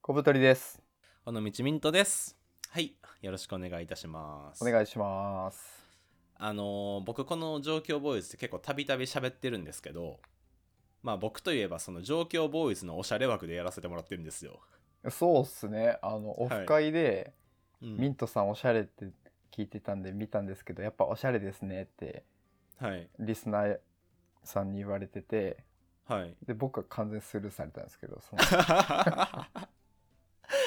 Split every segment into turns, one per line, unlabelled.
小太りです。
このみちみんとです。はい、よろしくお願いいたします。
お願いします。
あのー僕この状況ボーイズって結構たびたび喋ってるんですけど、まあ僕といえばその状況ボーイズのおしゃれ枠でやらせてもらってるんですよ。
そうっすね。あの、オフ会で、
う
ミ
ん、
ントさんおしゃれって聞いてたんで見たんですけど、やっぱおしゃれですねって、
はい
リスナーさんに言われてて、
はい。
で、僕は完全スルーされたんですけど、その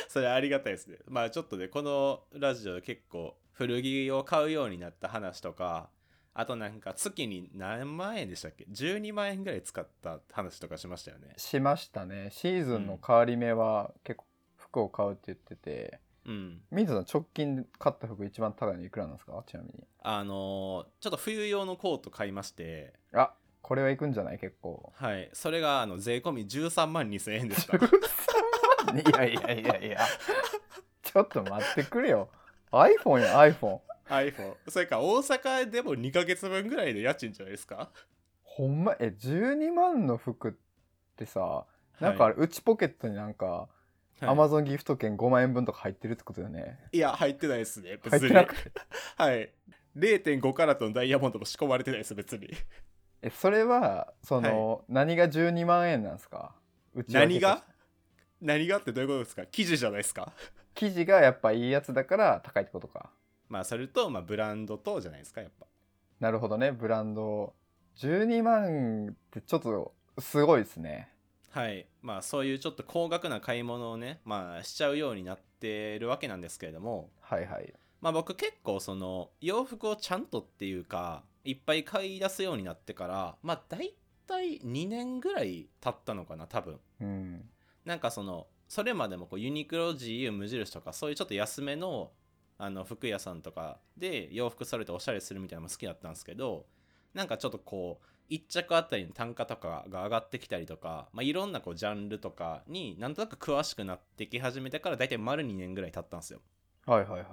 それありがたいですね。まあちょっとねこのラジオで結構古着を買うようになった話とか。あとなんか月に何万円でしたっけ ?12 万円ぐらい使った話とかしましたよね。
しましたね。シーズンの変わり目は結構服を買うって言ってて、
うん。
ミントさん直近で買った服一番高いのいくらなんですかちなみに。
あのーちょっと冬用のコート買いまして、
あ、これはいくんじゃない結構。
はい、それがあの税込み13万2000円 で した。
いやいやいやいやちょっと待ってくれよ iPhone や iPhone
iPhone。それか大阪でも2ヶ月分ぐらいの家賃じゃないですか。
ほんまえ12万の服ってさ なんかあ
はい
れ、内ポケットになんか、
はい
Amazon ギフト券5万円分とか入ってるってことよ ね
いや、入ってないですね、
入
別に。
ってなくて
はい。0.5カラットのダイヤモンドも仕込まれてないです、別に。
えそれはその、何が12万円なんですか内
何が何がってどういうことですか生地じゃないですか
生地がやっぱいいやつだから高いってことか
まあ、それと、まあ、ブランドとじゃないですか、やっぱ。
なるほどねブランド12万ってちょっとすごいですね
はい、まあそういうちょっと高額な買い物をね、まあ、しちゃうようになってるわけなんですけれども、
はいはい
まあ、僕結構その洋服をちゃんとっていうかいっぱい買い出すようになってからまあ大体2年ぐらい経ったのかな多分
うん
なんかそのそれまでもこうユニクロ GU 無印とかそういうちょっと安めのあの服屋さんとかで洋服揃えておしゃれするみたいなのも好きだったんですけどなんかちょっとこう1着あたりの単価とかが上がってきたりとか、まあ、いろんなこうジャンルとかになんとなく詳しくなってき始めてから大体丸2年ぐらい経ったんですよ
はいはいはい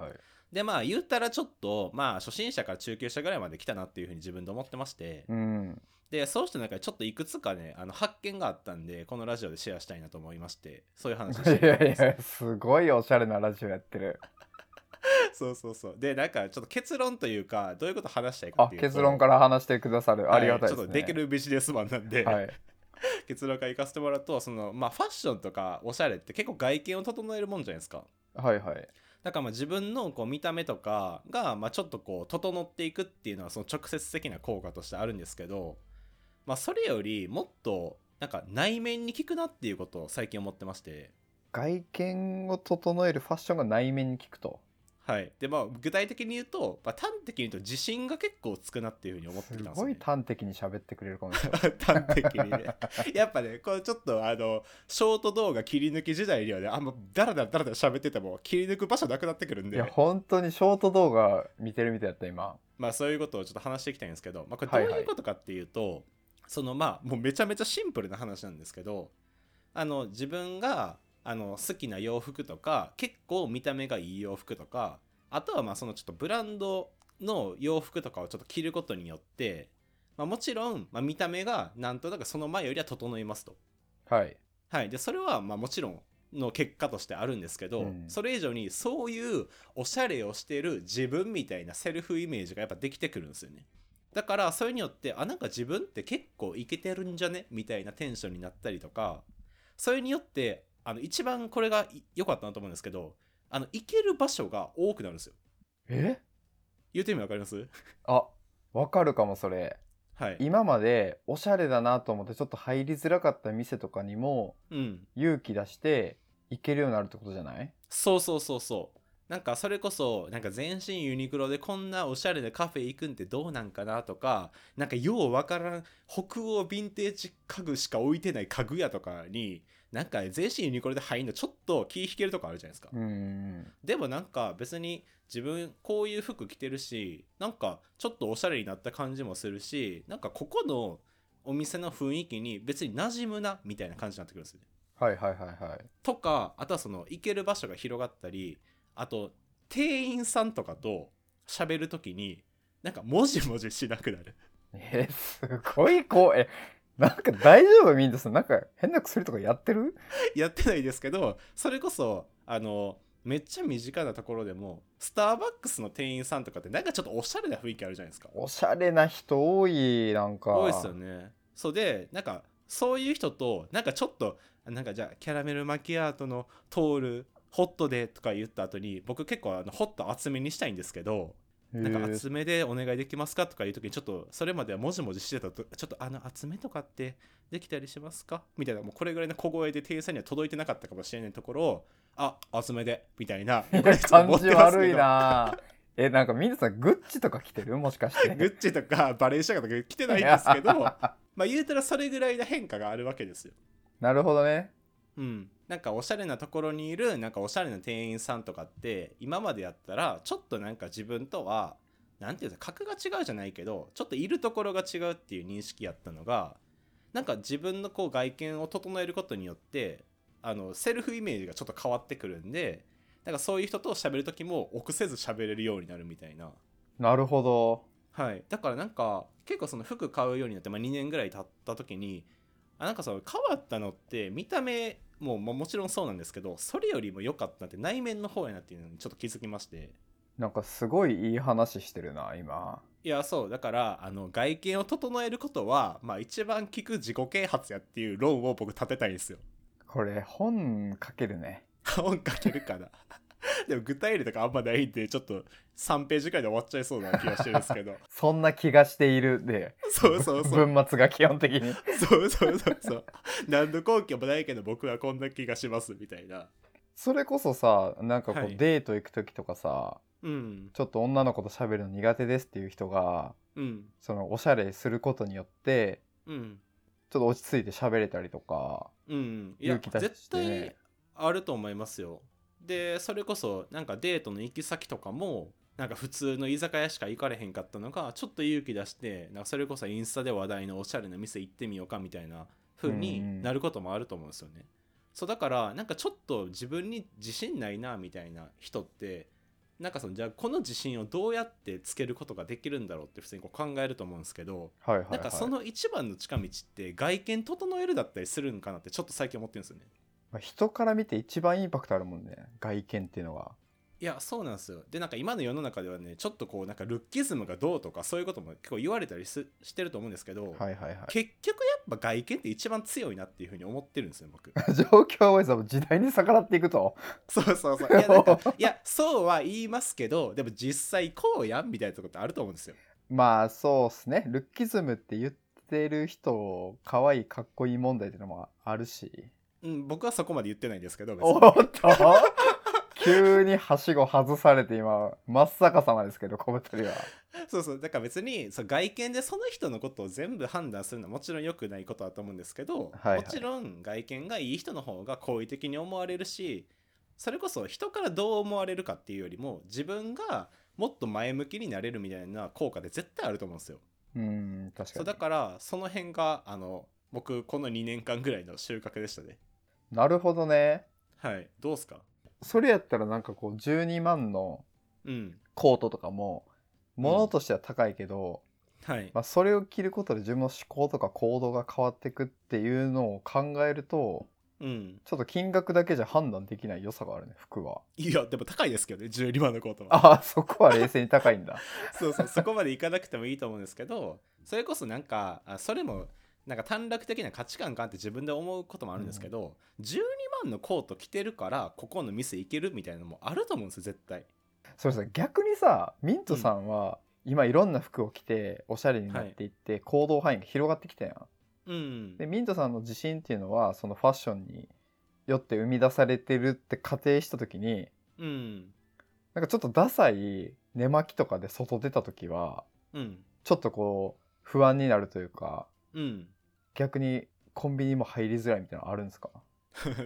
でまあ言ったらちょっとまあ初心者から中級者ぐらいまで来たなっていうふうに自分で思ってまして
うん
でそうした中でちょっといくつかねあの発見があったんでこのラジオでシェアしたいなと思いましてそういう話をし て
い
みた
や
ん で
い
す
やすごいおしゃれなラジオやってる
そうそうそうでなんかちょっと結論というかどういうこと話したいか
あ
っていうと
結論から話してくださる、
は
あ
い
りがたいです、ね、
ちょっとできるビジネスマンなんで、
はい
結論から行かせてもらうとその、まあ、ファッションとかおしゃれって結構外見を整えるもんじゃないですか
はいはい
だからまあ自分のこう見た目とかがまあちょっとこう整っていくっていうのはその直接的な効果としてあるんですけど、まあ、それよりもっとなんか内面に効くなっていうことを最近思ってまして。
外見を整えるファッションが内面に効くと
はい、でまあ具体的に言うと、まあ、端的に言うと自信が結構つくなっていうふうに思って
す
きたんですよ、
ごい
ね、
端的に喋ってくれるかもしれない
端的にね やっぱねこれちょっとあのショート動画切り抜き時代にはねあんまダラダラダラダラ喋ってても切り抜く場所なくなってくるん
い
で
や本当にショート動画見てるみたいだった今
まあそういうことをちょっと話していきたいんですけど、まあ、こ
はい
れ
はい
どういうことかっていうと、そのまあもうめちゃめちゃシンプルな話なんですけどあの自分があの好きな洋服とか結構見た目がいい洋服とかあとはまあそのちょっとブランドの洋服とかをちょっと着ることによって、まあ、もちろん、まあ、見た目がなんとなくその前よりは整いますと。
はい
はい、でそれはまあもちろんの結果としてあるんですけど、
うん
それ以上にそういうおしゃれをしてる自分みたいなセルフイメージがやっぱできてくるんですよねだからそれによってあなんか自分って結構イケてるんじゃねみたいなテンションになったりとかそれによってあの一番これがい良かったなと思うんですけどあの行ける場所が多くなるんですよ
え
言うてみわかります
あわかるかもそれ
はい、
今までおしゃれだなと思ってちょっと入りづらかった店とかにも
うん、
勇気出して行けるようになるってことじゃない
そうそうそうそうなんかそれこそなんか全身ユニクロでこんなおしゃれなカフェ行くんってどうなんかなとかなんかようわからん北欧ヴィンテージ家具しか置いてない家具屋とかになんか全身ユニクロで入るのちょっと気引けるとかあるじゃないですか、
うん
でもなんか別に自分こういう服着てるしなんかちょっとおしゃれになった感じもするしなんかここのお店の雰囲気に別に馴染むなみたいな感じになってくるんですよね
はいはいはいはい
とかあとはその行ける場所が広がったりあと店員さんとかと喋るときになんかもじもじしなくなる
えすごいこうえなんか大丈夫みんなさんなんか変な薬とかやってる
やってないですけどそれこそあのめっちゃ身近なところでもスターバックスの店員さんとかってなんかちょっとおしゃれな雰囲気あるじゃないですか
おしゃれな人多いなんか
多いですよねそうでなんかそういう人となんかちょっとなんかじゃあキャラメルマキアートのトールホットでとか言った後に僕結構あのホット厚めにしたいんですけど
な
なんか厚めでお願いできますかとかいう時にちょっとそれまではもじもじしてたとちょっとあの厚めとかってできたりしますかみたいなもうこれぐらいの小声で店員さんには届いてなかったかもしれないところをあ厚めでみた いな
感じ悪い なえなんかみんなさんグッチとか着てるもしかして
グッチとかバレンシアガとか来てないんですけどまあ言うたらそれぐらいの変化があるわけですよ。
なるほどね
うん、なんかおしゃれなところにいるなんかおしゃれな店員さんとかって今までやったらちょっとなんか自分とはなんていうんですか格が違うじゃないけどちょっといるところが違うっていう認識やったのがなんか自分のこう外見を整えることによってあのセルフイメージがちょっと変わってくるんでなんかそういう人と喋る時も臆せず喋れるようになるみたいな。
なるほど
はい、だからなんか結構その服買うようになって、まあ、2年ぐらい経った時にあなんかその変わったのって見た目も、まあ、もちろんそうなんですけどそれよりも良かったって内面の方やなっていうのにちょっと気づきまして
なんかすごいいい話してるな今
いやそうだからあの外見を整えることは、まあ、一番効く自己啓発やっていう論を僕立てたいんですよ
これ本書けるね
本書けるかな でも具体例とかあんまないんでちょっと3ページくらいで終わっちゃいそうな気がしてるんですけど
そんな気がしているで
そうそうそう
文末が基本的に
そうそうそうそう。 何の根拠もないけど僕はこんな気がしますみたいな。
それこそさなんかこう、
はい
デート行く時とかさ
うん。
ちょっと女の子と喋るの苦手ですっていう人が
うん。
そのおしゃれすることによって
うん。
ちょっと落ち着いて喋れたりとか
うん。いや、
勇気出して
絶対あると思いますよ。で、それこそなんかデートの行き先とかも、なんか普通の居酒屋しか行かれへんかったのが、ちょっと勇気出して、なんかそれこそインスタで話題のおしゃれな店行ってみようかみたいな風になることもあると思うんですよね。そうだからなんかちょっと自分に自信ないなみたいな人ってなんかそのじゃあこの自信をどうやってつけることができるんだろうって普通にこう考えると思うんですけど
はいはい、はい、
なんかその一番の近道って外見整えるだったりするんかなってちょっと最近思ってるんですよね。
まあ人から見て一番インパクトあるもんね外見っていうのが
いやそうなんですよでなんか今の世の中ではねちょっとこうなんかルッキズムがどうとかそういうことも結構言われたりすしてると思うんですけど、
はいはいはい
結局やっぱ外見って一番強いなっていうふうに思ってるんですよ 僕。
状況はさ時代に逆らっていくと
そう そうそういやなんかいやそうは言いますけどでも実際こうやんみたいなとこってあると思うんですよ
まあそうっすねルッキズムって言ってる人可愛いかっこいい問題っていうのもあるし
うん僕はそこまで言ってないんですけど別
お
に
っと 急にはしご外されて今真っ逆さまですけど小太りは
そうそうだから別にそう外見でその人のことを全部判断するのはもちろん良くないことだと思うんですけ
はい
ど、
はい
もちろん外見がいい人の方が好意的に思われるしそれこそ人からどう思われるかっていうよりも自分がもっと前向きになれるみたいな効果で絶対あると思うんですよ
うん確か
そう
に
だからその辺があの僕この2年間ぐらいの収穫でしたね
なるほどね
はいどうっすか
それやったらなんかこう12万の
うん
コートとかも物としては高いけど、
はい、
まあ、それを着ることで自分の思考とか行動が変わってくっていうのを考えると
うん
ちょっと金額だけじゃ判断できない良さがあるね服はい
やでも高いですけどね12万のコートは
ああ そこは冷静に高いん だ
そうそうそこまでいかなくてもいいと思うんですけどそれこそなんかあそれもなんか短絡的な価値観かって自分で思うこともあるんですけど、12万のコート着てるからここの店行けるみたいなのもあると思うんですよ絶対
それさ逆にさミントさんは、今いろんな服を着ておしゃれになっていって、行動範囲が広がってきたやん
うん
でミントさんの自信っていうのはそのファッションによって生み出されてるって仮定した時に
うん
なんかちょっとダサい寝巻きとかで外出た時は
うん
ちょっとこう不安になるというか
うん
逆にコンビニも入りづらいみたいなのあるんですか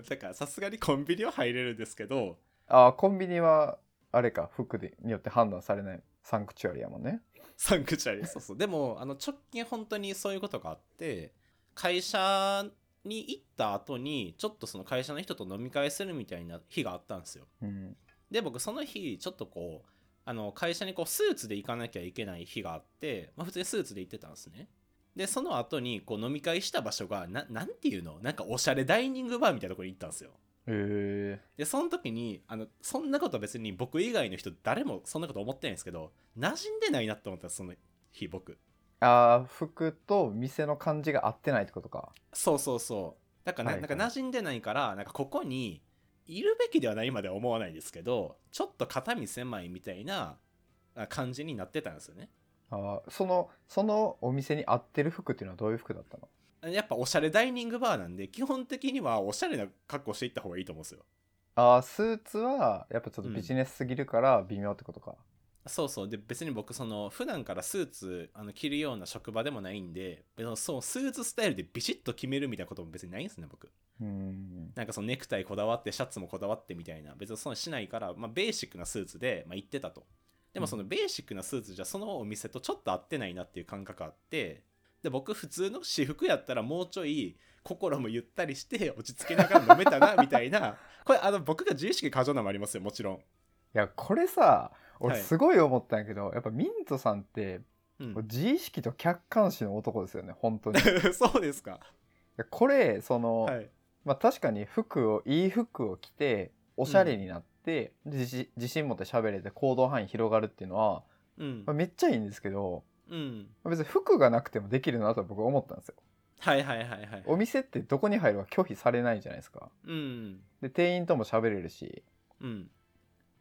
だからさすがにコンビニは入れるんですけど
あーコンビニはあれか服でによって判断されないサンクチュアリやもんね
サンクチュアリそうそうでもあの直近本当にそういうことがあって会社に行った後にちょっとその会社の人と飲み会するみたいな日があったんですよ
うん
で僕その日ちょっとこうあの会社にこうスーツで行かなきゃいけない日があって、まあ、普通にスーツで行ってたんですねでその後にこう飲み会した場所がななんていうのなんかおしゃれダイニングバーみたいなところに行ったんですよ
え
でその時にあのそんなこと別に僕以外の人誰もそんなこと思ってないんですけど馴染んでないなって思ったんですその日僕
あー服と店の感じが合ってないってことか
そうそうそうだからな,、
はいはい
なんか馴染んでないからなんかここにいるべきではないまでは思わないですけどちょっと肩身狭いみたいなあ感じになってたんですよね
あーそのそのお店に合ってる服っていうのはどういう服だったの
やっぱおしゃれダイニングバーなんで基本的にはおしゃれな格好していった方がいいと思うんですよ
あースーツはやっぱちょっとビジネスすぎるから微妙ってことか、
そうそうで別に僕その普段からスーツあの着るような職場でもないんで別にそうスーツスタイルでビシッと決めるみたいなことも別にないんですね僕
うーん
なんかそのネクタイこだわってシャツもこだわってみたいな別にそうしないから、まあ、ベーシックなスーツで、まあ、行ってたとでもそのベーシックなスーツじゃそのお店とちょっと合ってないなっていう感覚あってで僕普通の私服やったらもうちょい心もゆったりして落ち着けながら飲めたなみた いなこれあの僕が自意識過剰なのもありますよもちろん、
いやこれさ俺
はい
すごい思ったんやけど、やっぱミントさんって
うん、
自意識と客観視の男ですよね本 当にい
そうですか
やこれその、
はい
まあ、確かに服をいい服を着ておしゃれになって、自自信持って喋れて行動範囲広がるっていうのは、
うん
まあ、めっちゃいいんですけど
うん
まあ別に服がなくてもできるなと僕は思ったんですよ
はいはいはいはい
お店ってどこに入るは拒否されないじゃないですか
うん
で店員とも喋れるし
うん
っ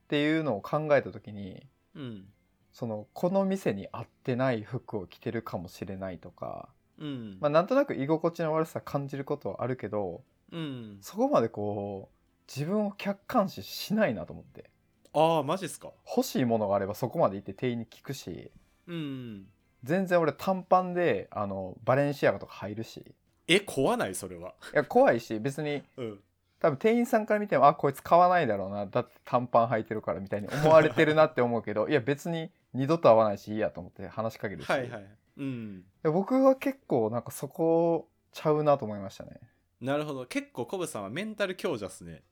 ていうのを考えた時に
うん
そのこの店に合ってない服を着てるかもしれないとか、
うん
まあ、なんとなく居心地の悪さ感じることはあるけど
うん
そこまでこう自分を客観視しないなと思って
ああマジっすか
欲しいものがあればそこまで行って店員に聞くし
うん
全然俺短パンであのバレンシアガとか入るしい
え怖ないそれは
や怖いし別に
うん
多分店員さんから見てもあこいつ買わないだろうなだって短パン履いてるからみたいに思われてるなって思うけどいや別に二度と会わないしいいやと思って話しかけるし、
はいはいうん
で僕は結構なんかそこちゃうなと思いましたね
なるほど結構コブさんはメンタル強者っすね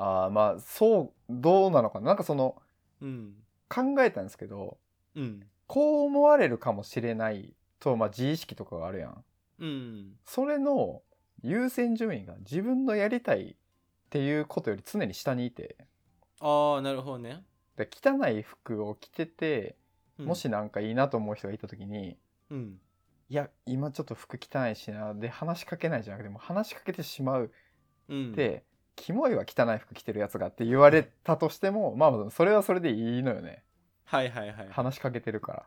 ああまあそうどうなのかななんかその
うん
考えたんですけど
うん
こう思われるかもしれないと、まあ、自意識とかがあるやん
うん
それの優先順位が自分のやりたいっていうことより常に下にいて
ああなるほどね、
で汚い服を着てて
うん
もしなんかいいなと思う人がいた時に、
うん
いや今ちょっと服汚いしなで話しかけないじゃなくてもう話しかけてしまう
うん
で、キモいは汚い服着てるやつがって言われたとしてもまあそれはそれでいいのよね
はいはいはい
話しかけてるからっ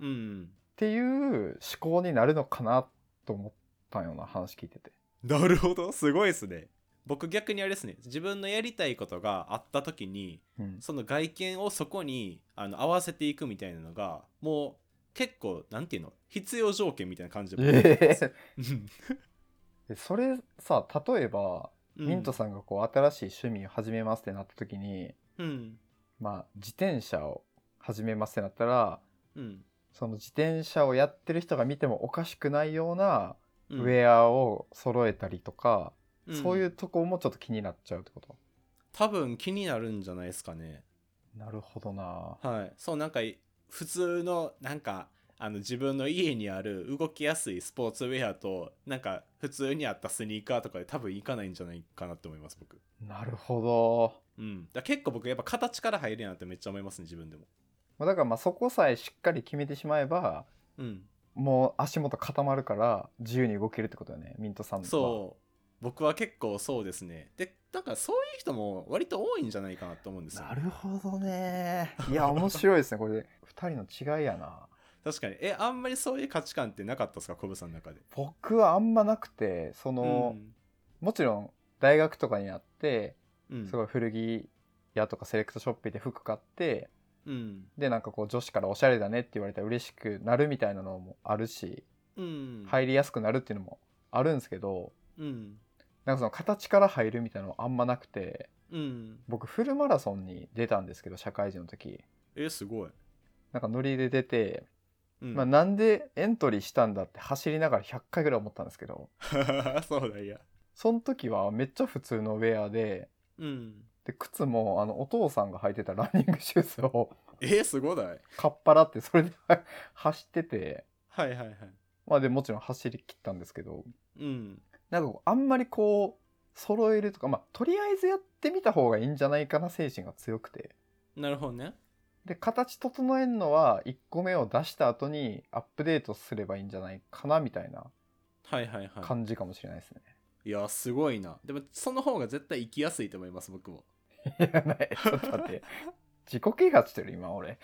うん
ていう思考になるのかなと思ったような話聞いてて
なるほどすごいっすね僕逆にあれですね自分のやりたいことがあった時に
うん
その外見をそこにあの合わせていくみたいなのがもう結構なんていうの必要条件みたいな感じで僕は思って
え
ますうん
えそれさ例えば
うん
ミントさんがこう新しい趣味を始めますってなった時に、
うん
まあ、自転車を始めますってなったら
うん
その自転車をやってる人が見てもおかしくないような
う
ウ
ん
ェアを揃えたりとか、
うん
そういうとこもちょっと気になっちゃうってこと、
多分気になるんじゃないですかね
なるほどな
はいそうなんか普通のなんかあの自分の家にある動きやすいスポーツウェアとなんか普通にあったスニーカーとかで多分いかないんじゃないかなって思います僕
なるほど
うんだから結構僕やっぱ形から入るなってめっちゃ思いますね自分でも
まあだからまあそこさえしっかり決めてしまえば
うん
もう足元固まるから自由に動けるってことよねミントさんは
そう僕は結構そうですねでなんかそういう人も割と多いんじゃないかなと思うんですよ
なるほどね いや面白いですねこれ2人の違いやな
確かにえあんまりそういう価値観ってなかったですかコブさんの中で
僕はあんまなくてその、もちろん大学とかにあって
うんうん
すごい古着屋とかセレクトショップで服買って
うん
でなんかこう女子からおしゃれだねって言われたら嬉しくなるみたいなのもあるし
うんい
入りやすくなるっていうのもあるんですけど
うん
なんかその形から入るみたいなのあんまなくて
うん
僕フルマラソンに出たんですけど社会人の時
えすごい、
なんかノリで出て、
うん
まあ、なんでエントリーしたんだって走りながら100回ぐらい思ったんですけど
そうだいや
その時はめっちゃ普通のウェアで
うん
で靴もあのお父さんが履いてたランニングシューズを
えすごない
かっぱらってそれで 走ってて
はいはいはい
まあでもちろん走り切ったんですけど
うん
なんかこうあんまりこう揃えるとかまあとりあえずやってみた方がいいんじゃないかな精神が強くて
なるほどね
で形整えるのは1個目を出した後にアップデートすればいいんじゃないかなみたいな
はいはいは
感じかもしれないですね。
いいやすごいなでもその方が絶対行きやすいと思います僕 も
いやないちょっと待って自己啓発してる今俺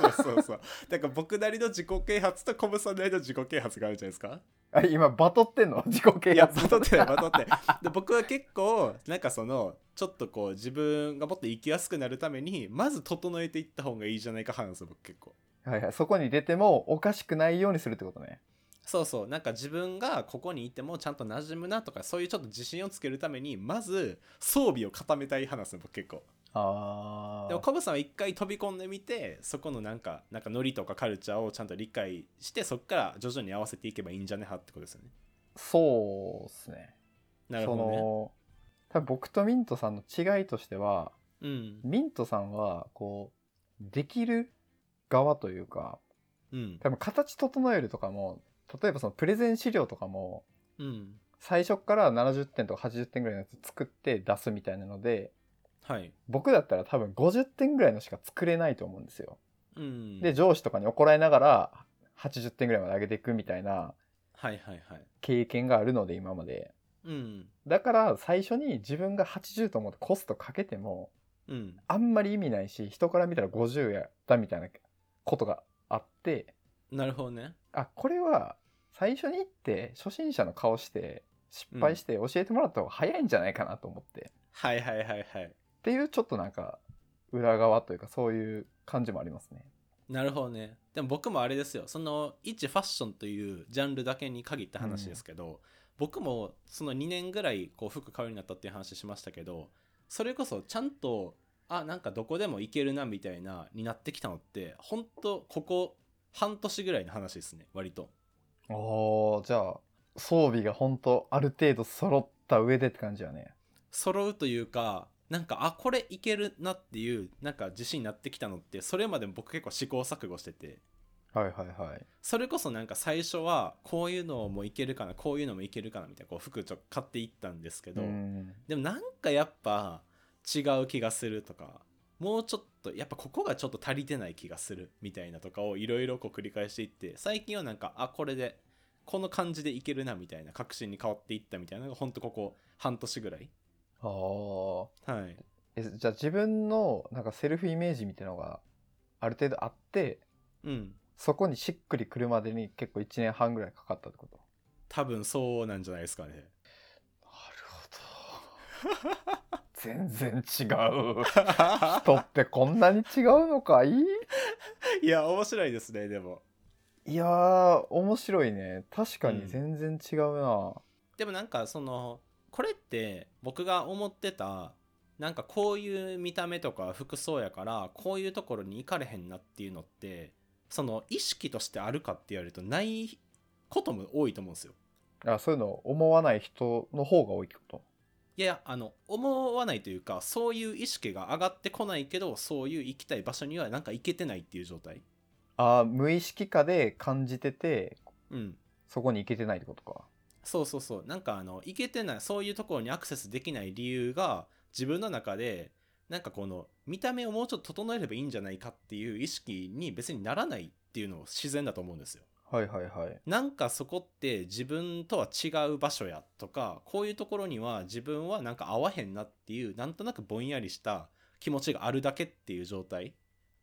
そうそうそうだから僕なりの自己啓発とコブさんなりの自己啓発があるじゃないですか
あ今バトってんの自己啓
いや
発
バトってないバトってないで僕は結構なんかそのちょっとこう自分がもっと生きやすくなるためにまず整えていった方がいいじゃないか派なんですよ僕結構
はいはい、そこに出てもおかしくないようにするってことね
そうそうなんか自分がここにいてもちゃんと馴染むなとかそういうちょっと自信をつけるためにまず装備を固めたい派なんですよ僕結構
あ
でもコブさんは一回飛び込んでみてそこのなんかなんかノリとかカルチャーをちゃんと理解してそこから徐々に合わせていけばいいんじゃね派ってことですよね
そうっすね
なるほどね
その多分僕とミントさんの違いとしては
うん
ミントさんはこうできる側というか
うん
多分形整えるとかも例えばそのプレゼン資料とかも
うん
最初から70点とか80点ぐらいのやつ作って出すみたいなので
はい
僕だったら多分50点ぐらいのしか作れないと思うんですよ。
うん
で上司とかに怒られながら80点ぐらいまで上げていくみたいな
はいはいはい
経験があるので今まで。
うん
だから最初に自分が80と思ってコストかけても
うん
あんまり意味ないし人から見たら50やったみたいなことがあって
なるほどね
あこれは最初に行って初心者の顔して失敗して教えてもらった方が早いんじゃないかなと思って、っ
はいはいはいはい
ていうちょっとなんか裏側というかそういう感じもありますね。
なるほどねでも僕もあれですよその一ファッションというジャンルだけに限った話ですけど、僕もその2年ぐらいこう服買うようになったっていう話しましたけどそれこそちゃんとあなんかどこでも行けるなみたいなになってきたのって本当ここ半年ぐらいの話ですね割と
おーじゃあ装備が本当ある程度揃った上でって感じやね。
揃うというかなんかあこれいけるなっていうなんか自信になってきたのってそれまでも僕結構試行錯誤してて
はいはいはい。
それこそなんか最初はこういうのもいけるかなこういうのもいけるかなみたいなこう服ちょっと買っていったんですけど、
うん
でもなんかやっぱ違う気がするとかもうちょっとやっぱここがちょっと足りてない気がするみたいなとかをいろいろこう繰り返していって最近はなんかあこれでこの感じでいけるなみたいな確信に変わっていったみたいなのがほんとここ半年ぐらい
あー
はい
えじゃあ自分のなんかセルフイメージみたいなのがある程度あって
うん
そこにしっくりくるまでに結構1年半ぐらいかかったってこと
多分そうなんじゃないですかね
なるほど 全然違う人ってこんなに違うのかい
いや面白いですねでも
いやー面白いね確か
う
に
ん
全然違うな、
でもなんかそのこれって僕が思ってたなんかこういう見た目とか服装やからこういうところに行かれへんなっていうのってその意識としてあるかって言われるとないことも多いと思うんですよ。
あそういうの思わない人の方が多いってこと
いやいやあの思わないというかそういう意識が上がってこないけどそういう行きたい場所にはなんか行けてないっていう状態。
あー無意識化で感じてて
うん
そこに行けてないってことか
そうそうそうなんかあの行けてないそういうところにアクセスできない理由が自分の中でなんかこの見た目をもうちょっと整えればいいんじゃないかっていう意識に別にならないっていうのも自然だと思うんですよ
はいはいはい
なんかそこって自分とは違う場所やとかこういうところには自分はなんか合わへんなっていうなんとなくぼんやりした気持ちがあるだけっていう状態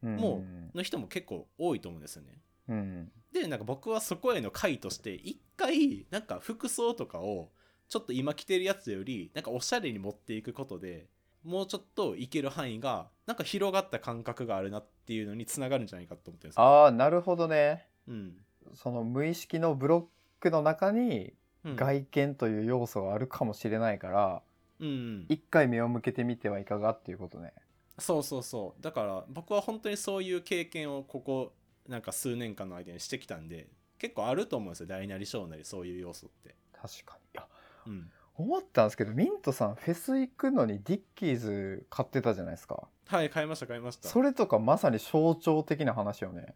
うん
もの人も結構多いと思うんですよね
うん
でなんか僕はそこへの回として一回なんか服装とかをちょっと今着てるやつよりなんかおしゃれに持っていくことでもうちょっといける範囲がなんか広がった感覚があるなっていうのにつながるんじゃないかと思ってるんですよ
ああなるほどね
うん
その無意識のブロックの中に
うん
外見という要素があるかもしれないから、
うんうん
一回目を向けてみてはいかがっていうことね
そうそうそうだから僕は本当にそういう経験をここなんか数年間の間にしてきたんで結構あると思うんですよ大なり小なりそういう要素って
確かにいや
うん
思ったんですけどミントさんフェス行くのにディッキーズ買ってたじゃないですか
はい買いました買いました
それとかまさに象徴的な話よね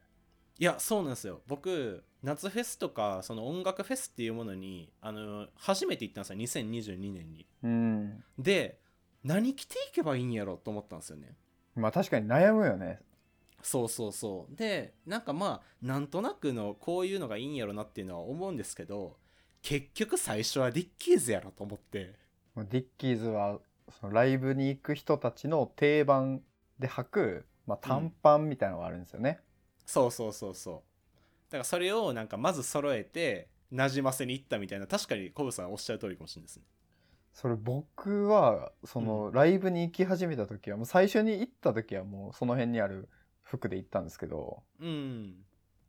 いやそうなんですよ僕夏フェスとかその音楽フェスっていうものにあの初めて行ったんですよ2022年に
うん
で何着ていけばいいんやろと思ったんですよね
まあ確かに悩むよね
そうそうそうでなんかまあなんとなくのこういうのがいいんやろなっていうのは思うんですけど結局最初はディッキーズやろと思って
もうディッキーズはそのライブに行く人たちの定番で履く、まあ、短パンみたいなのがあるんですよね、
そうそうそうそうだからそれをなんかまず揃えてなじませに行ったみたいな確かにコブさんおっしゃる通りかもしれないですね
それ僕はそのライブに行き始めた時はもう最初に行った時はもうその辺にある服で行ったんですけど
うん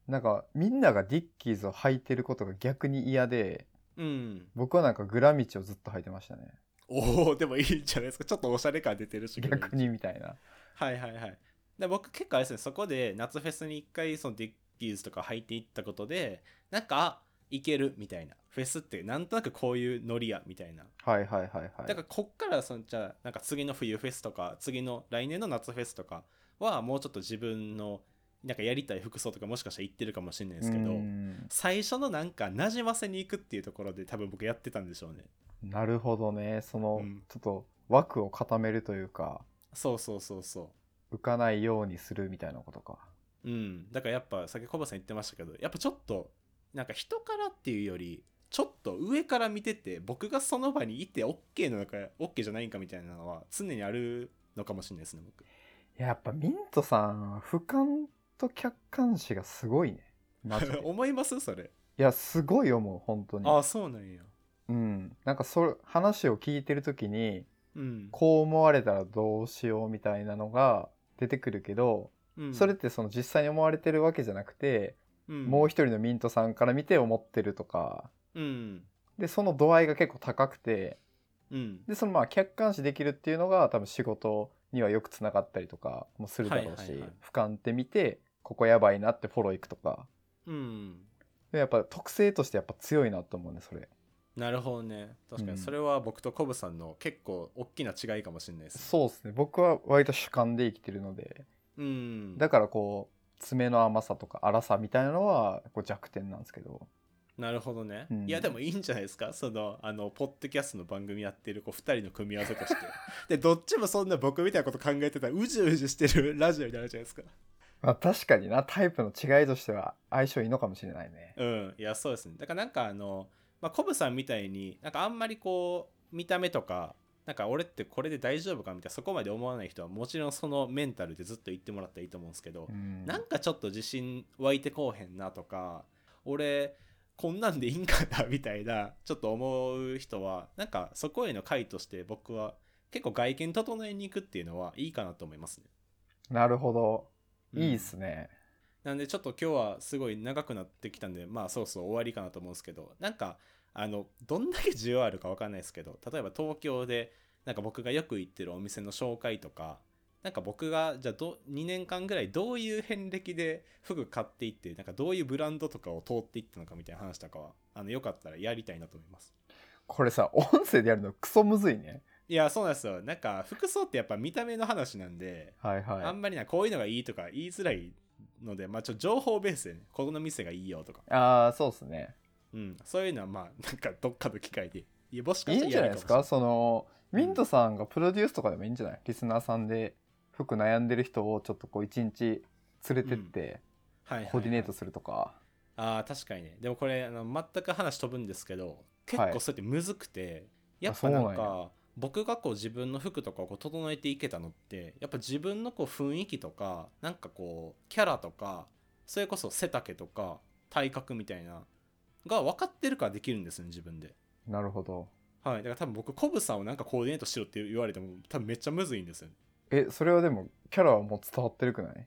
なんかみんながディッキーズを履いてることが逆に嫌で
うん
僕はなんかグラミチをずっと履いてましたね
おおでもいいんじゃないですかちょっとおしゃれ感出てるし
逆にみたいな
はいはいはいで僕結構あれですねそこで夏フェスに一回そのディッキーズとか履いていったことでなんかあいけるみたいなフェスってなんとなくこういうノリやみたいな
はいはいはいはい
だからこっからそのじゃあなんか次の冬フェスとか次の来年の夏フェスとかはもうちょっと自分のなんかやりたい服装とかもしかしたら行ってるかもしれないですけど
うん
最初のなんかなじませに行くっていうところで多分僕やってたんでしょうね
なるほどねその、
うん
ちょっと枠を固めるというか
そうそうそうそう
浮かないようにするみたいなことか
うん、だからやっぱさっきコバさん言ってましたけどやっぱちょっとなんか人からっていうよりちょっと上から見てて僕がその場にいて OK なのか OK じゃないんかみたいなのは常にあるのかもしれないですね僕
いややっぱミントさん俯瞰と客観視がすごいねマジでい
思いますそれ
やすごい思う本当に
ああそうなんや
うんなんかそれ話を聞いてる時に
うん、
こう思われたらどうしようみたいなのが出てくるけど、
うん
それってその実際に思われてるわけじゃなくて、もう一人のミントさんから見て思ってるとか
うん
でその度合いが結構高くて
うん
でそのまあ客観視できるっていうのが多分仕事にはよくつながったりとかもするだろうし、
はいはいはい
俯瞰って見てここやばいなってフォロー行くとか
うん
でやっぱ特性としてやっぱ強いなと思うねそれ
なるほどね確か
うん
にそれは僕とコブさんの結構大きな違いかもしれないです、
そうですね僕は割と主観で生きてるので
うん、
だからこう爪の甘さとか粗さみたいなのはこう弱点なんですけど
なるほどね、
うん
いやでもいいんじゃないですかそのあのポッドキャストの番組やってるこう2人の組み合わせとして でどっちもそんな僕みたいなこと考えてたらうじうじしてるラジオになるじゃないですか
まあ確かになタイプの違いとしては相性いいのかもしれないね
うんいやそうですねだからなんかあの、まあ、コブさんみたいになんかあんまりこう見た目とかなんか俺ってこれで大丈夫かみたいなそこまで思わない人はもちろんそのメンタルでずっと言ってもらったらいいと思うんですけど、
うん
なんかちょっと自信湧いてこうへんなとか俺こんなんでいいんかなみたいなちょっと思う人はなんかそこへの回として僕は結構外見整えに行くっていうのはいいかなと思いますね。
なるほど
うん
いいっすね、
なんでちょっと今日はすごい長くなってきたんでまあそうそう終わりかなと思うんですけどなんかあのどんだけ需要あるかわかんないですけど例えば東京でなんか僕がよく行ってるお店の紹介とかなんか僕がじゃあど2年間ぐらいどういう遍歴で服買っていってなんかどういうブランドとかを通っていったのかみたいな話とかはあのよかったらやりたいなと思います。
これさ音声でやるのクソむずいね
いやそうなんですよなんか服装ってやっぱ見た目の話なんで
はいはい
あんまりなこういうのがいいとか言いづらいのでまあちょっと情報ベースでねここの店がいいよとか
ああそうですね
うん、そういうのはまあなんかどっかの機会でいやもしか
いいんじゃないですか
そ
そのミントさんがプロデュースとかでもいいんじゃないリスナーさんで服悩んでる人をちょっとこう一日連れてって
はいはいはい
コーディネートするとか、
ああ確かにねでもこれあの全く話飛ぶんですけど結構そうやってむずくて、やっぱなん
あそうなん
か僕がこう自分の服とかをこう整えていけたのってやっぱ自分のこう雰囲気とかなんかこうキャラとかそれこそ背丈とか体格みたいなが分かってるからできるんですね自分で
なるほど
はいだから多分僕コブさんをなんかコーディネートしろって言われても多分めっちゃむずいんですよね
えそれはでもキャラはもう伝わってるくない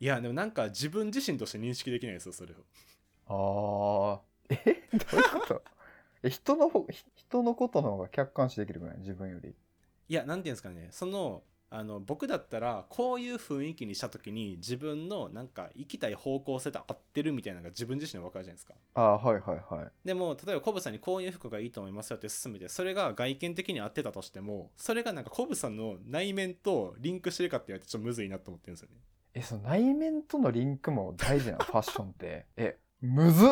いやでもなんか自分自身として認識できないですよそれを
ああえ どういうことえ人のほひ人のことの方が客観視できるくない自分より
いやなんていうんですかねそのあの僕だったらこういう雰囲気にした時に自分のなんか行きたい方向性と合ってるみたいなのが自分自身の分かるじゃないですか
ああはいはいはい
でも例えばコブさんにこういう服がいいと思いますよって勧めてそれが外見的に合ってたとしてもそれがなんかコブさんの内面とリンクしてるかって言われてちょっとむずいなと思ってるんですよね
えその内面とのリンクも大事なのファッションってえむずっ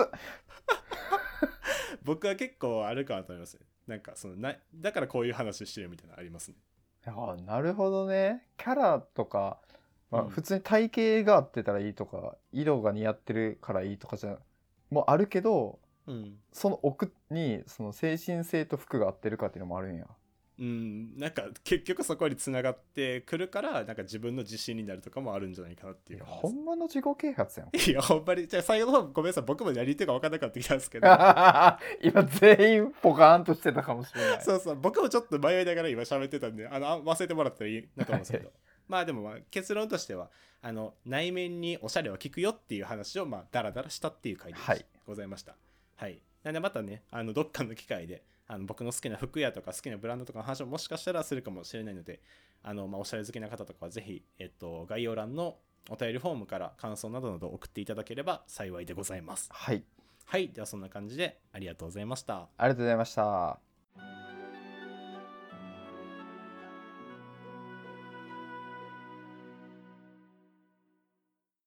僕は結構あるかなと思いますねなんかそのなだからこういう話してるみたいなのありますね
あなるほどねキャラとか、ま
う
あ、
ん
普通に体型が合ってたらいいとか、色が似合ってるからいいとかじゃもあるけど
うん
その奥にその精神性と服が合ってるかっていうのもあるんや
うん、なんか結局そこに繋がってくるからなんか自分の自信になるとかもあるんじゃないかなって
い
いう
や
感じ
ほんまの自己啓発やん
ですいやほんまにじゃあ最後の方ごめんなさい僕もやり手が分からなかったきたんです けど
今全員ポカーンとしてたかもしれない
そうそう僕もちょっと迷いながら今喋ってたんであのあ忘れてもらったらいいなと思うんですけど まあでも、まあ、結論としてはあの内面におしゃれは効くよっていう話をまあダラダラしたっていう回でした
はい
ございましたはいなんでまたねあのどっかの機会であの僕の好きな服屋とか好きなブランドとかの話をもしかしたらするかもしれないのであの、まあ、おしゃれ好きな方とかはぜひ、えっと、概要欄のお便りフォームから感想などなど送っていただければ幸いでございます
はい
はいではそんな感じでありがとうございました
ありがとうございました